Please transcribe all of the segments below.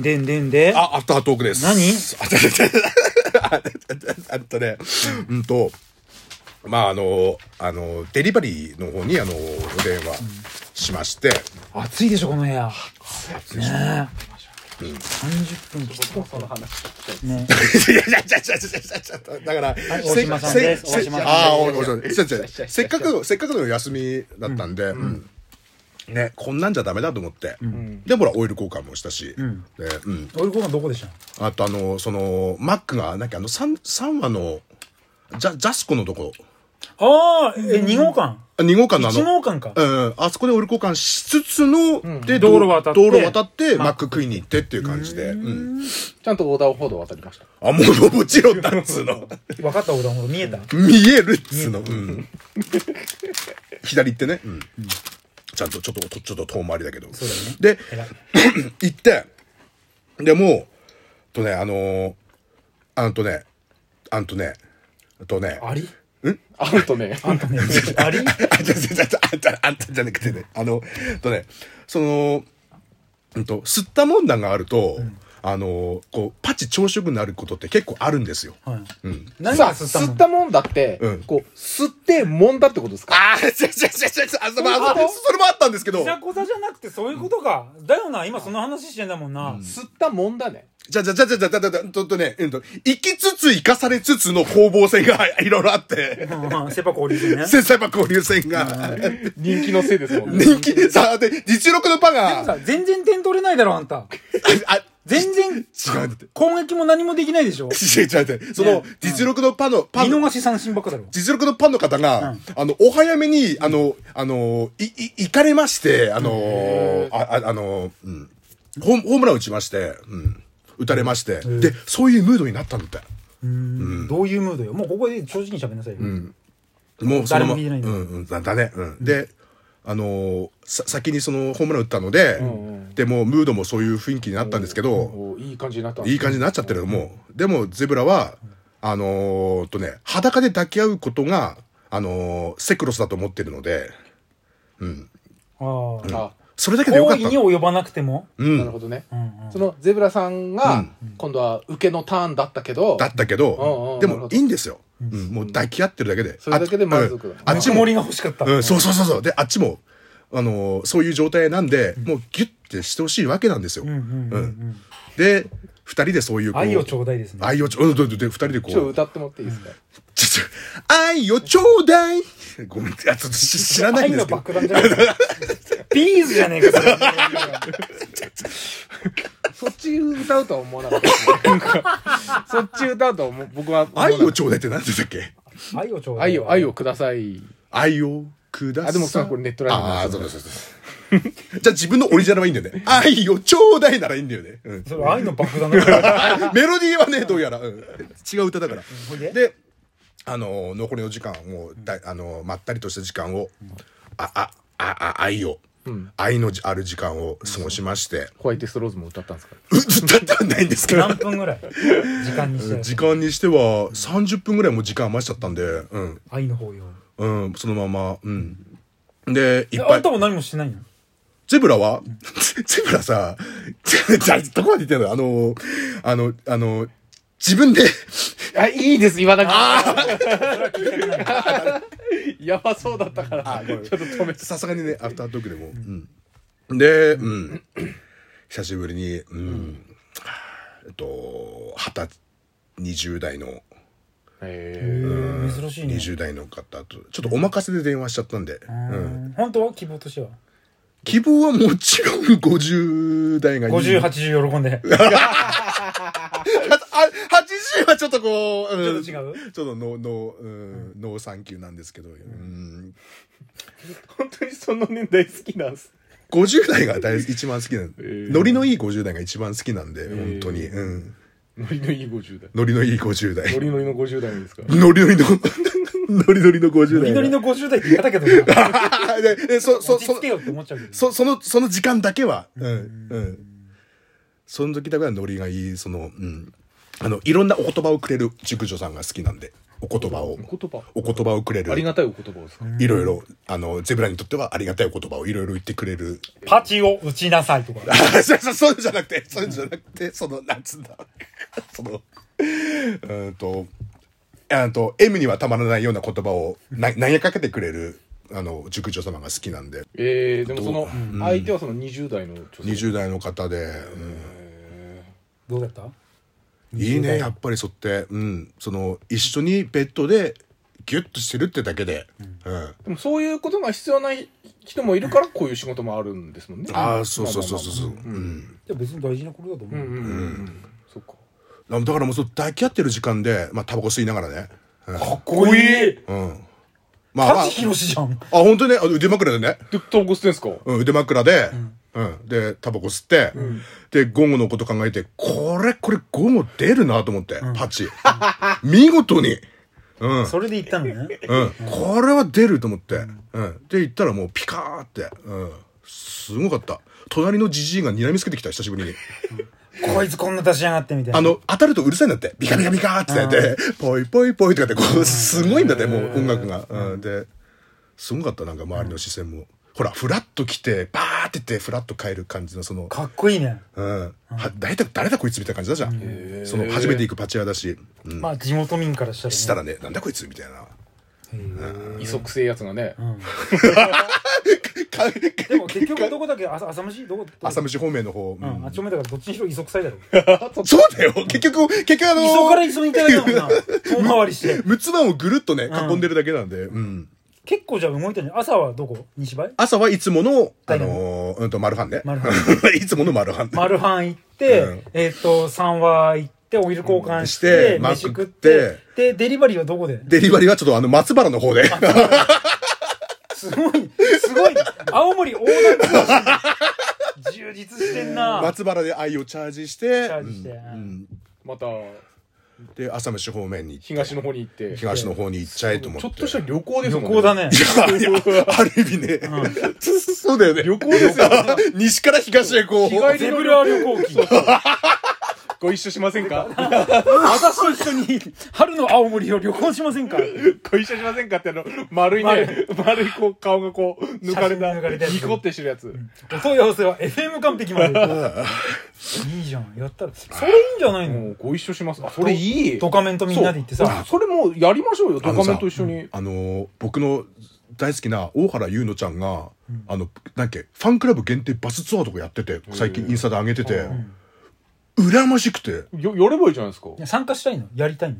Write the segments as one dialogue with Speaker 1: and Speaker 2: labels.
Speaker 1: でんでんで。
Speaker 2: あ、アフタートークです。
Speaker 1: 何
Speaker 2: あちょちょちょあちょちょあとね、うんと、まああの、あの、デリバリーの方にあの、お電話しまして、
Speaker 1: 暑いでしょ、この部屋。ねえ。30分
Speaker 3: 僕もその話聞きたいです。
Speaker 1: ね。
Speaker 2: いやいや、ちゃちゃちゃちゃちゃだから、
Speaker 1: 大島さんです
Speaker 2: せ
Speaker 1: 大島さんです
Speaker 2: ああ、大島さんです。ちょちょせっかく、せっかくの休みだったんで、うんね、こんなんじゃダメだと思って。で、ほら、オイル交換もしたし、で、うん。
Speaker 1: オイルコーナーどこでした
Speaker 2: あと、あの、その、マックが、なんかあの、三三話の、ジャ、ジャスコのとこ、
Speaker 1: ああ、え、2号館。
Speaker 2: あ二号館のあの、
Speaker 1: 1号館か。
Speaker 2: うん、あそこでオイル交換しつつの、で、
Speaker 1: 道路渡って
Speaker 2: 道路渡って、マック食いに行ってっていう感じで。うん。
Speaker 3: ちゃんと横断歩道渡りました。
Speaker 2: あ、もう、もちろんだっつう の。
Speaker 1: 分かった横断歩道見えた。
Speaker 2: 見えるっつうの。うん。 左行ってね。うん。ちゃんと、ちょっと、ちょっと遠回りだけど。
Speaker 1: そうだよね
Speaker 2: で、
Speaker 1: 偉い
Speaker 2: 行って、で、もう、とね、あのー、あんとね、あんとね、あとね、
Speaker 1: あり
Speaker 3: あんとね、
Speaker 1: あんたね。あり
Speaker 2: あ、じゃ、じゃ、じゃ、あんた、あんたじゃなくてね、あの、とね、その、うんと、吸ったもんだがあると、あの、こう、パチ朝食になることって結構あるんですよ。
Speaker 1: はい。
Speaker 2: うん。
Speaker 1: 何
Speaker 3: さあ、
Speaker 1: が
Speaker 3: 吸
Speaker 1: 吸
Speaker 3: っ
Speaker 1: ったた
Speaker 3: も
Speaker 1: も
Speaker 3: ん
Speaker 1: ん
Speaker 3: だって、
Speaker 2: うん
Speaker 3: こう、吸ってもんだってことですか
Speaker 2: ああ、じゃ、じゃ、じゃ、じゃ、あ、そまあ
Speaker 1: あ
Speaker 2: そそれもあったんですけど、
Speaker 1: いざこざじゃなくてそういうことか。だよな、今その話してんだもんな。
Speaker 3: 吸ったもんだね。
Speaker 2: じゃ、じゃ、じゃ、じゃ、じゃ、じゃ、じゃ、うんとね、うんと、生きつつ生かされつつの攻防戦が いろいろあって、
Speaker 1: うんセパ交流戦ね。
Speaker 2: 先生ば交流戦が、
Speaker 3: 人気のせいですもんね。
Speaker 2: 人気でさ、で、実力のパ
Speaker 1: さ
Speaker 2: が、
Speaker 1: 全然点取れないだろ、あんた。
Speaker 2: あ、
Speaker 1: 全然、
Speaker 2: 違うって。
Speaker 1: 攻撃も何もできないでしょ。
Speaker 2: 違う違う違う。その、実力のパの、パ
Speaker 1: 見
Speaker 2: の、
Speaker 1: 逃し三振ばっかだろ。
Speaker 2: 実力のパンの方が、
Speaker 1: うん
Speaker 2: あの、お早めに、あの、あの、い、い、行かれまして、あのー、あ、ああのー、うん、ホームホームラン打ちまして、うん、打たれまして、で、そういうムードになったんだって。
Speaker 1: どういうムードよ。もうここで正直に喋んなさいよ。
Speaker 2: もうそ
Speaker 1: 誰
Speaker 2: のま
Speaker 1: も聞いてないんだ
Speaker 2: うんうん、だだね。うん。で、あのーさ、先にそのホームラン打ったので、で、もうムードもそういう雰囲気になったんですけど、
Speaker 3: おいい感じになったんですね
Speaker 2: いい感じになっちゃってるのもう、でもゼブラは、あのー、とね、裸で抱き合うことが、あのー、セクロスだと思ってるので、
Speaker 1: ああ。
Speaker 3: あ、
Speaker 2: それだけでよ
Speaker 1: 行
Speaker 2: かっ
Speaker 1: 為
Speaker 2: た
Speaker 1: に
Speaker 2: の。
Speaker 1: 及ばなくても。
Speaker 2: うん
Speaker 3: なるほどね。
Speaker 1: うんうん
Speaker 3: そのゼブラさん
Speaker 2: う
Speaker 3: が
Speaker 2: ん、
Speaker 3: 今度は受けのターンだったけど、
Speaker 2: だったけ
Speaker 3: うんうんう
Speaker 2: ど
Speaker 3: ん、
Speaker 2: で
Speaker 3: なるほ
Speaker 2: も
Speaker 3: ど
Speaker 2: いいんですよ。うん、もう抱き合ってるだけで。
Speaker 3: それだけで満足
Speaker 2: あうんあっち
Speaker 1: ぬくも
Speaker 2: も、
Speaker 1: りが欲しかった。
Speaker 2: うん、そうそうそうそう。で、あっちも、あのー、そういう状態なんで、もうギュッてしてほしいわけなんですよ。
Speaker 1: うんうんうんうん。
Speaker 2: で、二人でそういうこう
Speaker 1: 愛をちょうだいですね。
Speaker 2: 愛をちょうんで、でで二人でこ
Speaker 3: ちょっと
Speaker 2: う、
Speaker 3: 歌ってもらっていいですか
Speaker 2: ちょちょ愛をちょうだいごめん、あちょっとし知らないんですけど
Speaker 1: 愛の爆。弾じゃないビーズじゃねえか、それ。
Speaker 3: そっち歌うとは思わなかったですね。なん かそっち歌うとは思う僕は思わ
Speaker 2: 愛
Speaker 3: なかった
Speaker 2: をちょうだいって何でしたっけ
Speaker 1: 愛をちょうだい。
Speaker 3: 愛を、愛を。ください。
Speaker 2: 愛をください。
Speaker 3: あでもさこれネットラジオなん
Speaker 2: ああー、
Speaker 3: です
Speaker 2: そう
Speaker 3: よ
Speaker 2: だそうだそうだ。じゃあ自分のオリジナルはいいんだよね。愛をちょうだいならいいんだよね。うん
Speaker 1: それ愛の爆弾だ から。
Speaker 2: メロディーはね、どうやら、うん違う歌だから
Speaker 1: ほい。で
Speaker 2: で、あのー、残りの時間を、だいあのー、まったりとした時間を、あ、あ、あ、あ愛を、愛のじある時間を過ごしまして、
Speaker 3: ホワイトスローズも歌ったんですか
Speaker 2: う歌ったんないんですけど
Speaker 1: 何分ぐらい時間にして。
Speaker 2: 時間にしては30分ぐらいもう時間余しちゃったんで、うん、
Speaker 1: 愛の抱擁。
Speaker 2: うん、そのまま、うん。で、い
Speaker 1: え
Speaker 2: っぱ
Speaker 1: あ
Speaker 2: い
Speaker 1: んた。も何もしてないの
Speaker 2: ゼブラは ゼブラさ、 じゃ、どこまで言ってんのあの、あの、あの、自分で、
Speaker 3: あ、いいです、言わな
Speaker 1: 聞
Speaker 3: くて。
Speaker 1: きたくないの
Speaker 3: やばそうだったから、
Speaker 2: あごめん
Speaker 3: ちょっと止めて。
Speaker 2: さすがにね、アフタートークでも、うん。で、うん。久しぶりに、うん。えっと、二十20代の、
Speaker 3: へ
Speaker 1: えー珍しいね。
Speaker 2: 20代の方と、ちょっとお任せで電話しちゃったんで、うん。
Speaker 1: 本当は希望としては。
Speaker 2: 希望はもちろん50代がいい。
Speaker 1: 50、80喜ん で。
Speaker 2: ああ80はちょっとこう、うん、
Speaker 1: ちょっと違う
Speaker 2: ちょっとノー、ノー、うん、ノーサンキューなんですけど、うん、
Speaker 3: 本当にその年代好きなんです。
Speaker 2: 50代が大一番好きなんで、
Speaker 3: ー
Speaker 2: ノリのいい50代が一番好きなんで、本当に、うん。
Speaker 3: ノリのいい50代。
Speaker 2: ノリのいい50
Speaker 3: ノ
Speaker 2: 代。
Speaker 3: リノリの50代ですか
Speaker 2: ノリノリの、 ノリノリの50代
Speaker 1: ノ
Speaker 2: が。
Speaker 1: リノリの50代って言い方けどな。
Speaker 2: あででそ、そ、
Speaker 1: 落ち
Speaker 2: そ
Speaker 1: 着、けよって思っちゃうけど。
Speaker 2: そ、その、その時間だけは、うん、うん。その時だからノリがいい、その、うん。あの、いろんなお言葉をくれる熟女さんが好きなんで。お言葉を、
Speaker 3: お言葉
Speaker 2: お言葉をくれる。
Speaker 3: ありがたいお言葉ですか
Speaker 2: いろいろ、あの、ゼブラにとってはありがたいお言葉をいろいろ言ってくれる。
Speaker 4: パチを打ちなさいとか。
Speaker 2: あ そうそうそうじゃなくて、そうじゃなくて、その、なんつうんだ。その、うーんと、あと、M にはたまらないような言葉をな、投げかけてくれる、あの、塾女様が好きなんで、
Speaker 3: えー、でもその、相手はその20代の女性
Speaker 2: 20代の方で、うん
Speaker 1: どうだった
Speaker 2: いいねやっぱりそって、うん、その一緒にベッドでギュッとしてるってだけで、うん
Speaker 3: でもそういうことが必要な人もいるからこういう仕事もあるんですもんね
Speaker 2: ああそうそうそうそうそう、うん
Speaker 1: でも別に大事なことだと思う、
Speaker 3: うんうんうんそっか
Speaker 2: だだからもうそう抱き合ってる時間で、まあ、タバコ吸いながらね、うん
Speaker 4: かっこいい
Speaker 2: まあ、まあ
Speaker 4: パチ、ヒロシじゃん。
Speaker 2: あ本当ねあ腕枕でね、
Speaker 3: でタバコ吸ってんすか
Speaker 2: うん、腕枕で、うんでタバコ吸って、でゴムのこと考えてこれこれゴム出るなと思って、パチ 見事にうん
Speaker 1: それで行ったのね
Speaker 2: うん、これは出ると思って、うん、で行ったらもうピカーって、うん、すごかった隣のじじいが睨みつけてきた久しぶ りに
Speaker 1: こいつこんな出しやがってみたいな
Speaker 2: あの当たるとうるさいんだってビカビカビカーってなってポイポイポイとかってこうすごいんだってもう音楽が、うん、ですごかったなんか周りの視線も、ほらフラッと来てバーってってフラッと帰る感じのその
Speaker 1: かっこいいね、
Speaker 2: うん、は誰だ誰だこいつみたいな感じだじゃん、その初めて行くパチ屋だし、うん、
Speaker 1: まあ地元民からしたら、ね、
Speaker 2: したらねなんだこいつみたいな
Speaker 3: 異足性やつがね
Speaker 1: でも結局どこだっけ朝朝飯どこ
Speaker 2: 朝飯方面の方、うん
Speaker 1: うん、あっち方面だからどっちにしろ磯臭いだろ
Speaker 2: そうだよ結局結局あの
Speaker 1: 磯から磯に行っただけだもんな遠回りして
Speaker 2: 六つ葉をぐるっとね囲んでるだけなんで、うん
Speaker 1: 結構じゃあ動いてるね朝はどこ西倍
Speaker 2: 朝はいつもの、あのーうんと、マルハンね。
Speaker 1: マル
Speaker 2: いつものマルハンね。
Speaker 1: マルハン行って、
Speaker 2: うん
Speaker 1: えっ、と三和行ってオイル交換して,、
Speaker 2: して
Speaker 1: 飯食って
Speaker 2: マック
Speaker 1: でデリバリーはどこで
Speaker 2: デリバリーはちょっとあの、松原の方で。
Speaker 1: すごいすごい青森横断コース充実してんな
Speaker 2: 松原で愛をチャージして、
Speaker 1: チャージして
Speaker 2: うん
Speaker 3: また
Speaker 2: うんで、朝飯方面に行って、
Speaker 3: 東の方に行ってちょ
Speaker 2: 東の方に行っちゃえと思って。
Speaker 3: っとした旅行です
Speaker 1: 旅
Speaker 3: もん
Speaker 1: 行だね
Speaker 2: いや、いや、ある意味ね。 そうだよね。
Speaker 3: 旅行ですよ
Speaker 2: 西から東へこう。
Speaker 3: 日帰
Speaker 1: ゼブラ旅行記
Speaker 3: ご一緒しませんか
Speaker 1: 私と一緒に春の青森を旅行しませんか
Speaker 3: ご一緒しませんかってあの丸いね丸いこう顔がこう抜かれた
Speaker 1: 写真抜かれたやつ
Speaker 3: ニコってしてるやつ
Speaker 1: お問い合わせは FM 完璧までいいじゃんやったらそれいいんじゃないの
Speaker 3: もうご一緒しますあそれいい
Speaker 1: ドカメンとみんなで行って
Speaker 3: そう
Speaker 1: さ
Speaker 3: それもうやりましょうよド
Speaker 2: あの
Speaker 3: カ
Speaker 2: さ
Speaker 3: メンと一緒に
Speaker 2: あのー僕の大好きな大原優乃ちゃんが、あのなんだっけファンクラブ限定バスツアーとかやってて最近インスタで上げてて、羨ましくて
Speaker 3: よやればいいじゃないですか
Speaker 1: いや参加したいのやりたいの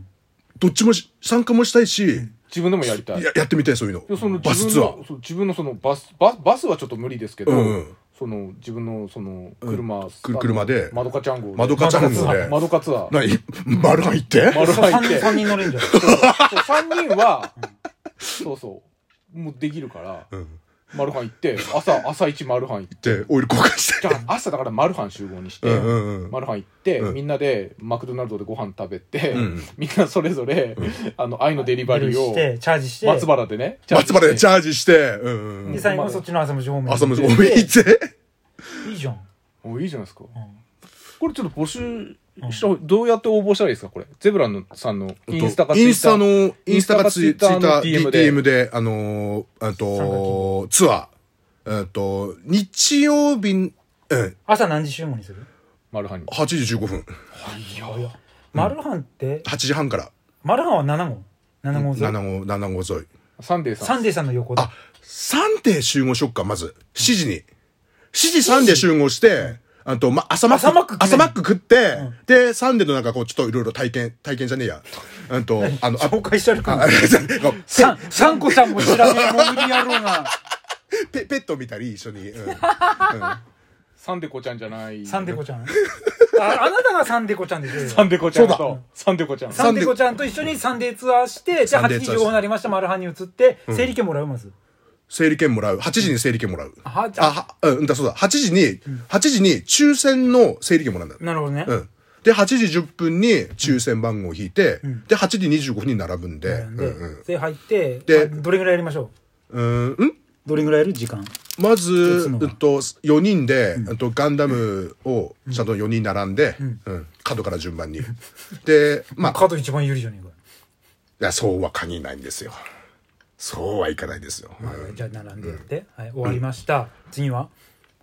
Speaker 2: どっちもし参加もしたいし、
Speaker 3: 自分でもやりたい
Speaker 2: ややってみたいそういう
Speaker 3: いやその
Speaker 2: のバスツ
Speaker 3: 自分
Speaker 2: ア
Speaker 3: の
Speaker 2: ー
Speaker 3: そう自分のそのバスババスはちょっと無理ですけど、
Speaker 2: うんうん
Speaker 3: その自分のその車、
Speaker 2: くる車で
Speaker 3: マドカちゃん号
Speaker 2: まどかちゃん号で
Speaker 3: マドカツアー
Speaker 2: 何丸が行って
Speaker 3: 丸
Speaker 1: 3
Speaker 3: 入って
Speaker 1: 人三
Speaker 3: 3
Speaker 1: 人乗れんじゃん
Speaker 3: 人はそうそうもうできるから、マルハン行って朝朝一マルハン行って
Speaker 2: でオイル交換して
Speaker 3: だから朝だからマルハン集合にして、
Speaker 2: うんうんうん
Speaker 3: マルハン行って、
Speaker 2: うん
Speaker 3: みんなでマクドナルドでご飯食べて、
Speaker 2: ん
Speaker 3: みんなそれぞれ、あの愛のデリバリー
Speaker 1: し
Speaker 3: を
Speaker 1: てチャージして
Speaker 3: 松原でね
Speaker 2: 松原でチ
Speaker 3: ゃ
Speaker 2: ャージして、うんうんう
Speaker 1: で
Speaker 2: ん、
Speaker 1: 最後そっちの朝飯方面
Speaker 2: 朝飯おめ行って
Speaker 1: いいじゃん
Speaker 3: おいいじゃないですか、これちょっと募集した、どうやって応募したらいいですかこれゼブラのさんのインスタか
Speaker 2: インスタの、インスタがツイ
Speaker 3: イン
Speaker 2: ッ
Speaker 3: ス
Speaker 2: タ
Speaker 3: タか
Speaker 2: ー、
Speaker 3: ツイッターの DM で
Speaker 2: DM で、あのー、えっと、ツアー、えっと、日曜日、うん、
Speaker 1: 朝何時集合にする
Speaker 3: マルハンに
Speaker 2: 8時15分、
Speaker 1: いやいやマルハンって
Speaker 2: 8時半から、
Speaker 1: マルハンは7号7号沿い
Speaker 2: 7号、七号沿い。
Speaker 3: サンデーさん
Speaker 1: サンデーさんの横だ
Speaker 2: あ、3点集合しよっか、まず。7時に。7時3で集合して、あと、ま、朝マック、
Speaker 1: 朝マック
Speaker 2: 朝マック食って、で、3でのなんかこう、ちょっといろいろ体験、体験じゃねえや。うんと、あの、あ
Speaker 1: 紹介してやるか
Speaker 2: ああれじゃねえこう
Speaker 1: さん、さんこちゃんも知らねえ潜り野郎が。
Speaker 2: ペペット見たり、一緒に。うん
Speaker 3: サンデコちゃんじゃない
Speaker 1: サンデコちゃん。ああなたがサンデコちゃんでしょ。
Speaker 3: サンデコちゃん
Speaker 2: そ
Speaker 3: とサンデコちゃん
Speaker 1: サンデコちゃんと一緒にサンデーツアーして、じゃあ
Speaker 2: サンデ
Speaker 1: 8
Speaker 2: ーツ
Speaker 1: 時
Speaker 2: ア
Speaker 1: 15
Speaker 2: ー
Speaker 1: 分になりました、マルハンに移って、整理券もらうまず。
Speaker 2: 整理券もらう。8時に整理券もらう。
Speaker 1: はじゃ
Speaker 2: あ、は、うんだ、そうだ。8時に、八時に抽選の整理券もらうんだ。
Speaker 1: なるほどね
Speaker 2: う。ん。で、8時10分に抽選番号を引いて、で、8時25分に並ぶんで、うん
Speaker 1: で
Speaker 2: うん、
Speaker 1: で、入って、
Speaker 2: で
Speaker 1: まあどれぐらいやりましょ
Speaker 2: うん。うん
Speaker 1: うどれぐらいやる時間。
Speaker 2: まず、
Speaker 1: つの
Speaker 2: う
Speaker 1: が
Speaker 2: んと、4人で、うんと、ガンダムを、ちゃんと4人並んで、うん角から順番に。で、まあ、
Speaker 1: 角一番有利じゃねえか。
Speaker 2: や、そうは限らないんですよ。そうはいかないですよ。
Speaker 1: じゃあ並んでやって、はい、終わりました次は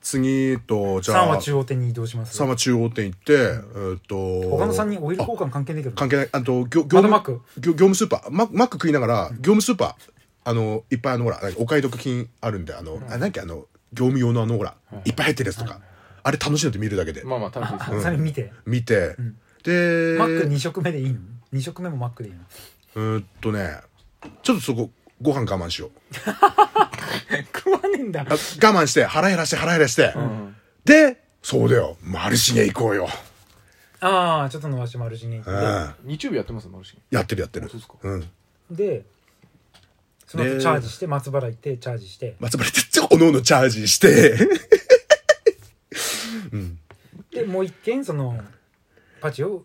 Speaker 2: 次、えっと、じゃ
Speaker 1: 3
Speaker 2: あ、
Speaker 1: は中央店に移動します
Speaker 2: 三は中央店行って、えっと、
Speaker 1: 他の3人オイル交換関係ないけど
Speaker 2: 関係ない、あと、業業
Speaker 1: まだマック
Speaker 2: 業業務スーパー、ママック食いながら、業務スーパー、あの、いっぱいあの、ほら、なんかお買い得品あるんで、あの、あなんかあの、業務用のあの、ほら、いっぱい入ってるやつとか、あれ楽しいのって見るだけで、
Speaker 3: まあまあ楽しいです
Speaker 1: あそれ見て、
Speaker 2: 見て、で、
Speaker 1: マック2食目でいいの2食目もマックでいいの
Speaker 2: うーんとね、ちょっとそこ、ご飯我慢しよう。
Speaker 1: 食わねえんだ
Speaker 2: あ我慢して、腹減らして、腹減らして。で、そうだよ、マルシネ行こうよ。
Speaker 1: ああちょっと伸ばして丸地に
Speaker 2: うん。や
Speaker 3: 日曜日やってますマルシン
Speaker 2: ってるやってる
Speaker 3: そうっすか。
Speaker 2: うん。
Speaker 1: でその後チャージして松原行ってチャージして
Speaker 2: 松原って、おのおのチャージして、
Speaker 1: でもう一軒そのパチを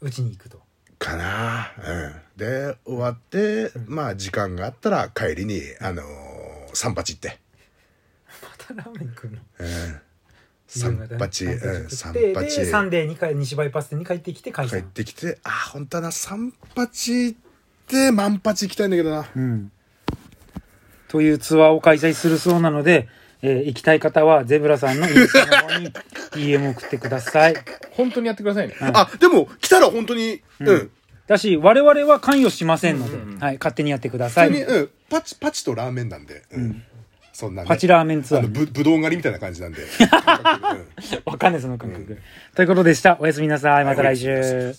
Speaker 1: 打ちに行くと
Speaker 2: かな。うん。で、終わって、まあ、時間があったら帰りに、あのー、三八行って。
Speaker 1: またラーメン食うの
Speaker 2: 三
Speaker 1: 夕方
Speaker 2: 八、
Speaker 1: ね
Speaker 2: うん、
Speaker 1: 食
Speaker 2: 三
Speaker 1: ってで
Speaker 2: 八。
Speaker 1: サンデーに帰西バイパス店に帰ってきて解
Speaker 2: 帰っ
Speaker 1: 散
Speaker 2: てきて、あー、本当はな、三八行って、万八行きたいんだけどな。
Speaker 1: うんというツアーを開催するそうなので、えー行きたい方はゼブラさんのインスタの方に DM を送ってください
Speaker 3: 本当にやってくださいね
Speaker 2: あ、でも、来たら本当に、うん。
Speaker 1: だし我々は関与しませんので、はい、勝手にやってくださ
Speaker 2: 普通に、
Speaker 1: い
Speaker 2: うん、パチパチとラーメンなんで、うん、そんなね
Speaker 1: パチラーメンツア
Speaker 2: あの
Speaker 1: ー
Speaker 2: ぶぶどう狩りみたいな感じなんで
Speaker 1: わかんないその感覚、ということでしたおやすみなさいまた来週、